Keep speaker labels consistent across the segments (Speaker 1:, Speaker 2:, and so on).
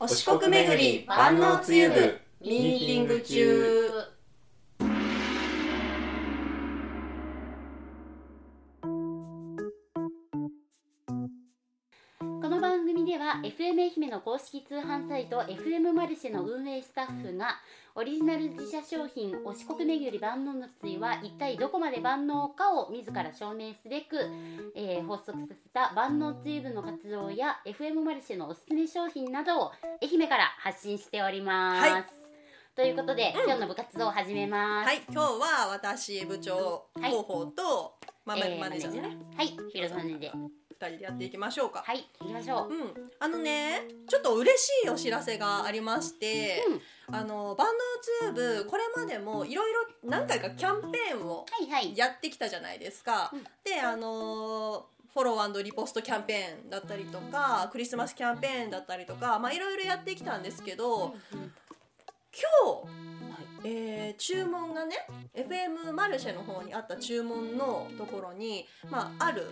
Speaker 1: お四国巡り万能つゆ部ミーティング中
Speaker 2: この番組では FM 愛媛の公式通販サイト FM マルシェの運営スタッフがオリジナル自社商品「お四国巡り万能のつい」は一体どこまで万能かを自ら証明すべく、えー発足させた万能つい部の活動や FM マルシェのおすすめ商品などを愛媛から発信しております。
Speaker 1: はい
Speaker 2: ということで、
Speaker 1: うん
Speaker 2: 今日の部活動を始めます。
Speaker 1: はい今日は私部長
Speaker 2: はい
Speaker 1: 広報と、まあ
Speaker 2: えー
Speaker 1: マネージャーでね
Speaker 2: はい、ヒロさんで。
Speaker 1: 2人でやっていきましょうか、
Speaker 2: はい、行きましょう。
Speaker 1: うん、あのねちょっと嬉しいお知らせがありまして、あのバンドツーブこれまでもいろいろ何回かキャンペーンを
Speaker 2: はいはい。
Speaker 1: やってきたじゃないですか。
Speaker 2: うん
Speaker 1: であのーフォローリポストキャンペーンだったりとかクリスマスキャンペーンだったりとかまあいろいろやってきたんですけど今日、えー注文がね FM マルシェの方にあった注文のところに、まあ、ある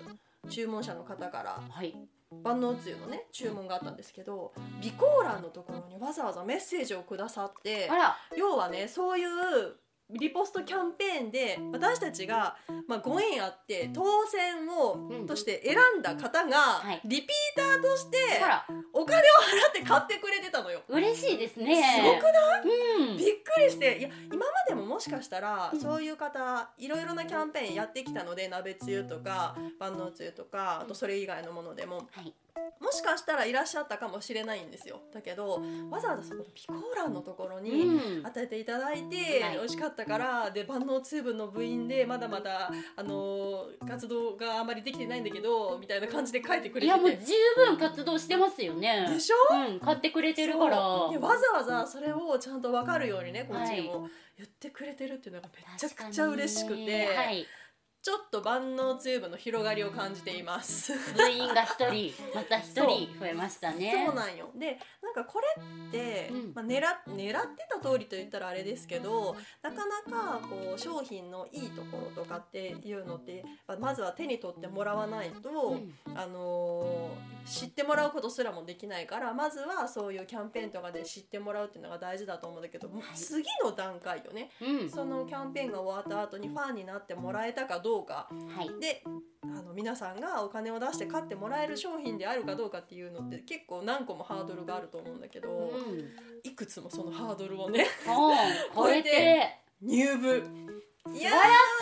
Speaker 1: 注文者の方から
Speaker 2: はい。
Speaker 1: 万能つゆのね注文があったんですけど備考欄のところにわざわざメッセージをくださって
Speaker 2: あら、
Speaker 1: 要はねそういうリポストキャンペーンで私たちが、まあ、ご縁あって当選を、
Speaker 2: うん
Speaker 1: として選んだ方が、
Speaker 2: はい
Speaker 1: リピーターとして
Speaker 2: ほら、
Speaker 1: お金を払って買ってくれてたのよ。
Speaker 2: 嬉しいですね。
Speaker 1: すごく
Speaker 2: うん
Speaker 1: びっくりしていや今までももしかしたら
Speaker 2: うん
Speaker 1: そういう方いろいろなキャンペーンやってきたので鍋つゆとか万能つゆとかあとそれ以外のものでも
Speaker 2: はい。
Speaker 1: もしかしたらいらっしゃったかもしれないんですよだけどわざわざそのピコーラのところに
Speaker 2: うん。
Speaker 1: 与えていただいて、
Speaker 2: はい
Speaker 1: 美味しかったからで万能ツーブの部員でまだまだ、あのー活動があまりできてないんだけどみたいな感じで書いてく
Speaker 2: い
Speaker 1: れて
Speaker 2: やもう
Speaker 1: て
Speaker 2: 十分活動してますよね。
Speaker 1: でしょ
Speaker 2: うん、買ってくれてるから。
Speaker 1: そうでわざわざそれをちゃんと分かるようにねこっちにも言ってくれてるっていうのがめちゃくちゃ嬉し
Speaker 2: 確
Speaker 1: く
Speaker 2: か
Speaker 1: て、
Speaker 2: にはい。
Speaker 1: ちょっと万能ツーブの広がりを感じています。
Speaker 2: 部員が一人、また一
Speaker 1: そう
Speaker 2: 人増えましたね。
Speaker 1: そうなんよでなんかこれって、
Speaker 2: うん
Speaker 1: まあ、狙狙ってた通りと言ったらあれですけどなかなかこう商品のいいところとかっていうのってまあまずは手に取ってもらわないと、
Speaker 2: うん
Speaker 1: あのー知ってもらうことすらもできないからまずはそういうキャンペーンとかで知ってもらうっていうのが大事だと思うんだけどもう
Speaker 2: はい
Speaker 1: 次の段階よね、
Speaker 2: うん。
Speaker 1: そのキャンペーンが終わった後にファンになってもらえたかどうか
Speaker 2: はい。
Speaker 1: であの皆さんがお金を出して買ってもらえる商品であるかどうかっていうのって結構何個もハードルがあると思うんだけ
Speaker 2: う
Speaker 1: ど、
Speaker 2: ん。
Speaker 1: いくつもそのハードルをね
Speaker 2: おー超えて。
Speaker 1: 入部
Speaker 2: 素
Speaker 1: い
Speaker 2: 晴
Speaker 1: や
Speaker 2: ら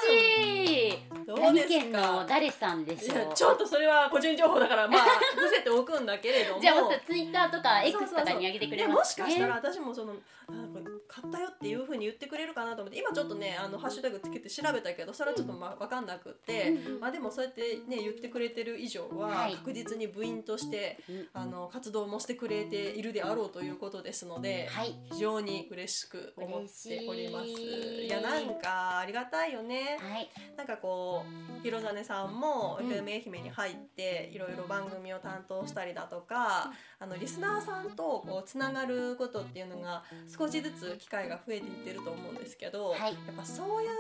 Speaker 2: しい。
Speaker 1: ーどう
Speaker 2: 何
Speaker 1: です
Speaker 2: 県の
Speaker 1: か
Speaker 2: 誰さんでし
Speaker 1: いや
Speaker 2: ょう。
Speaker 1: ちょっとそれは個人情報だからまあ伏せておくんだけれど も
Speaker 2: じゃあまたツイッターとか X と
Speaker 1: そう
Speaker 2: か
Speaker 1: そうそう
Speaker 2: に上げてく
Speaker 1: いや
Speaker 2: れ
Speaker 1: も
Speaker 2: ま
Speaker 1: し
Speaker 2: す
Speaker 1: かしたら私もそのあこれ買ったよっていうふうに言ってくれるかなと思って今ちょっとねあのハッシュタグつけて調べたけどそれはちょっと、ま分かんなくって、
Speaker 2: うん
Speaker 1: まあ、でもそうやってね言ってくれてる以上は
Speaker 2: はい
Speaker 1: 確実に部員として、
Speaker 2: うん
Speaker 1: あの活動もしてくれているであろうということですので、
Speaker 2: はい。
Speaker 1: 非常に嬉しく思っております。
Speaker 2: 嬉しい
Speaker 1: いやなんかありがたいよね。
Speaker 2: はい。
Speaker 1: なんかこう広実さんも
Speaker 2: うん
Speaker 1: FM 愛媛に入っていろいろ番組を担当したりだとか、あのリスナーさんとこうつながることっていうのが少しずつ機会が増えていってると思うんですけど、
Speaker 2: はい。
Speaker 1: やっぱそういう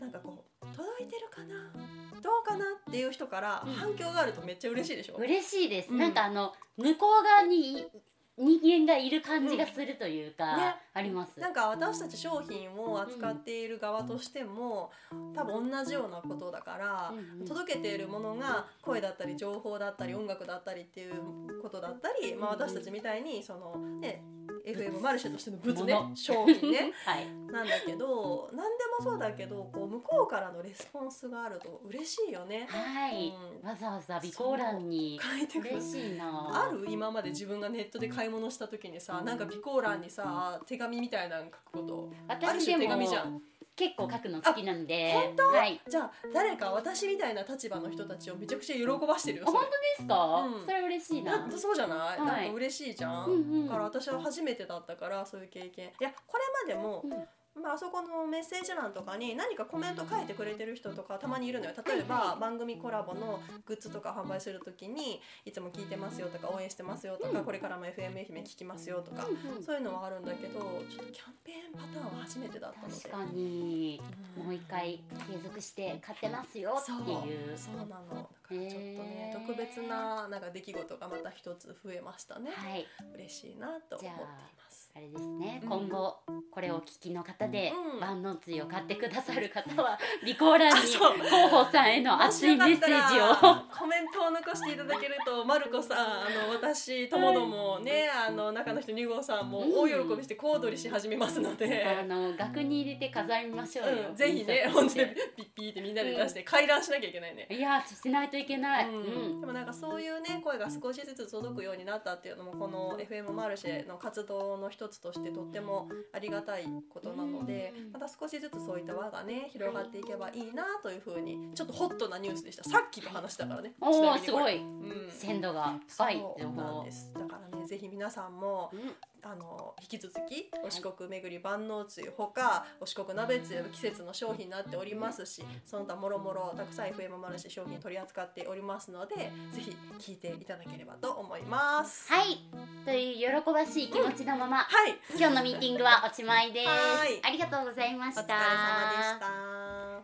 Speaker 1: なんかこう届いてるかなどうかなっていう人から
Speaker 2: うん
Speaker 1: 反響があるとめっちゃ嬉しいでしょ、
Speaker 2: 嬉しいです、
Speaker 1: うん
Speaker 2: なんかあの向こう側に人間がいる感じがするというか、
Speaker 1: うんね
Speaker 2: あります
Speaker 1: なんか私たち商品を扱っている側としても、多分同じようなことだから、
Speaker 2: うんうん
Speaker 1: 届けているものが声だったり情報だったり音楽だったりっていうことだったり、まあ、
Speaker 2: うんうん
Speaker 1: 私たちみたいにそのね FM マルシェとしての物ね
Speaker 2: 物
Speaker 1: 商品ね
Speaker 2: はい
Speaker 1: なんだけど何でもそうだけどこう向こうからのレスポンスがあると嬉しいよね。
Speaker 2: はい、
Speaker 1: う
Speaker 2: わざわざ備考欄に
Speaker 1: 書いてくれ
Speaker 2: 嬉しいな
Speaker 1: ある今まで自分がネットで買い物した時にさなんか備考欄にさ手紙みたいなの書くことある
Speaker 2: 私で
Speaker 1: 種手
Speaker 2: も
Speaker 1: 紙じゃん
Speaker 2: 結構書くの好きなんで
Speaker 1: あ本
Speaker 2: はい
Speaker 1: じゃあ誰か私みたいな立場の人たちをめちゃくちゃ喜ばしてるよ
Speaker 2: あ本
Speaker 1: れ
Speaker 2: 当ですか、
Speaker 1: うん
Speaker 2: それ嬉しいな
Speaker 1: だってそうじゃない、
Speaker 2: はい
Speaker 1: なんか嬉しいじゃん、
Speaker 2: うんうん
Speaker 1: だから私は初めてだったからそういう経験いやこれまでも、まああそこのメッセージ欄とかに何かコメント書いてくれてる人とかたまにいるのよ例えば、
Speaker 2: はいは
Speaker 1: 番組コラボのグッズとか販売するときにいつも聞いてますよとか応援してますよとか、
Speaker 2: うん
Speaker 1: これからも FM 愛媛聞きますよとか、
Speaker 2: うんうん
Speaker 1: そういうのはあるんだけどちょっとキャンペーンパターンは初めてだったので
Speaker 2: 確かに
Speaker 1: うん
Speaker 2: もう一回継続して買ってますよっていう
Speaker 1: そうそうなのだかちょっとね
Speaker 2: へー
Speaker 1: 特別ななんか出来事がまた一つ増えましたね、
Speaker 2: はい
Speaker 1: 嬉しいなと思っています
Speaker 2: あれですね、
Speaker 1: うん
Speaker 2: 今後これをお聞きの方で、
Speaker 1: うん
Speaker 2: 万能つゆを買ってくださる方は備考欄に
Speaker 1: あそう
Speaker 2: 広報さんへの
Speaker 1: も
Speaker 2: 熱
Speaker 1: し
Speaker 2: い
Speaker 1: よか
Speaker 2: メ
Speaker 1: っ
Speaker 2: ッセ
Speaker 1: た
Speaker 2: ー
Speaker 1: ら
Speaker 2: ジを
Speaker 1: コメントを残していただける とマルコさんあの私ともどもね、あの中の人2号さんも大喜びして小躍りし始めますので、
Speaker 2: あの額に入れて飾りましょうよ、
Speaker 1: うん、ぜひね、
Speaker 2: 印
Speaker 1: 本
Speaker 2: 刷し
Speaker 1: 当
Speaker 2: て
Speaker 1: にピッピーってみんなで出して、回覧しなきゃいけないね。
Speaker 2: いやしないといけない、うん
Speaker 1: でもなんかそういうね声が少しずつ届くようになったっていうのもこの FM マルシェの活動の一つとしてとってもありがたいことなので
Speaker 2: うん
Speaker 1: また少しずつそういった輪がね広がっていけばいいなというふうにちょっとホットなニュースでしたさっきの話だからね
Speaker 2: お
Speaker 1: ちな
Speaker 2: お
Speaker 1: みに
Speaker 2: す
Speaker 1: こ
Speaker 2: ご
Speaker 1: れ
Speaker 2: い
Speaker 1: うん
Speaker 2: 鮮度が
Speaker 1: そう
Speaker 2: 深い情
Speaker 1: なん
Speaker 2: 報
Speaker 1: ですだからねぜひ皆さんも
Speaker 2: うん
Speaker 1: あの引き続きお四国巡り万能つゆほかお四国鍋つゆの季節の商品になっておりますしその他もろもろたくさん FM マルシェ商品取り扱っておりますのでぜひ聞いていただければと思います。
Speaker 2: はいという喜ばしい気持ちのまま、
Speaker 1: はい、
Speaker 2: 今日のミーティングはおしまいです
Speaker 1: はい
Speaker 2: ありがとうございま
Speaker 1: お疲れ様でした。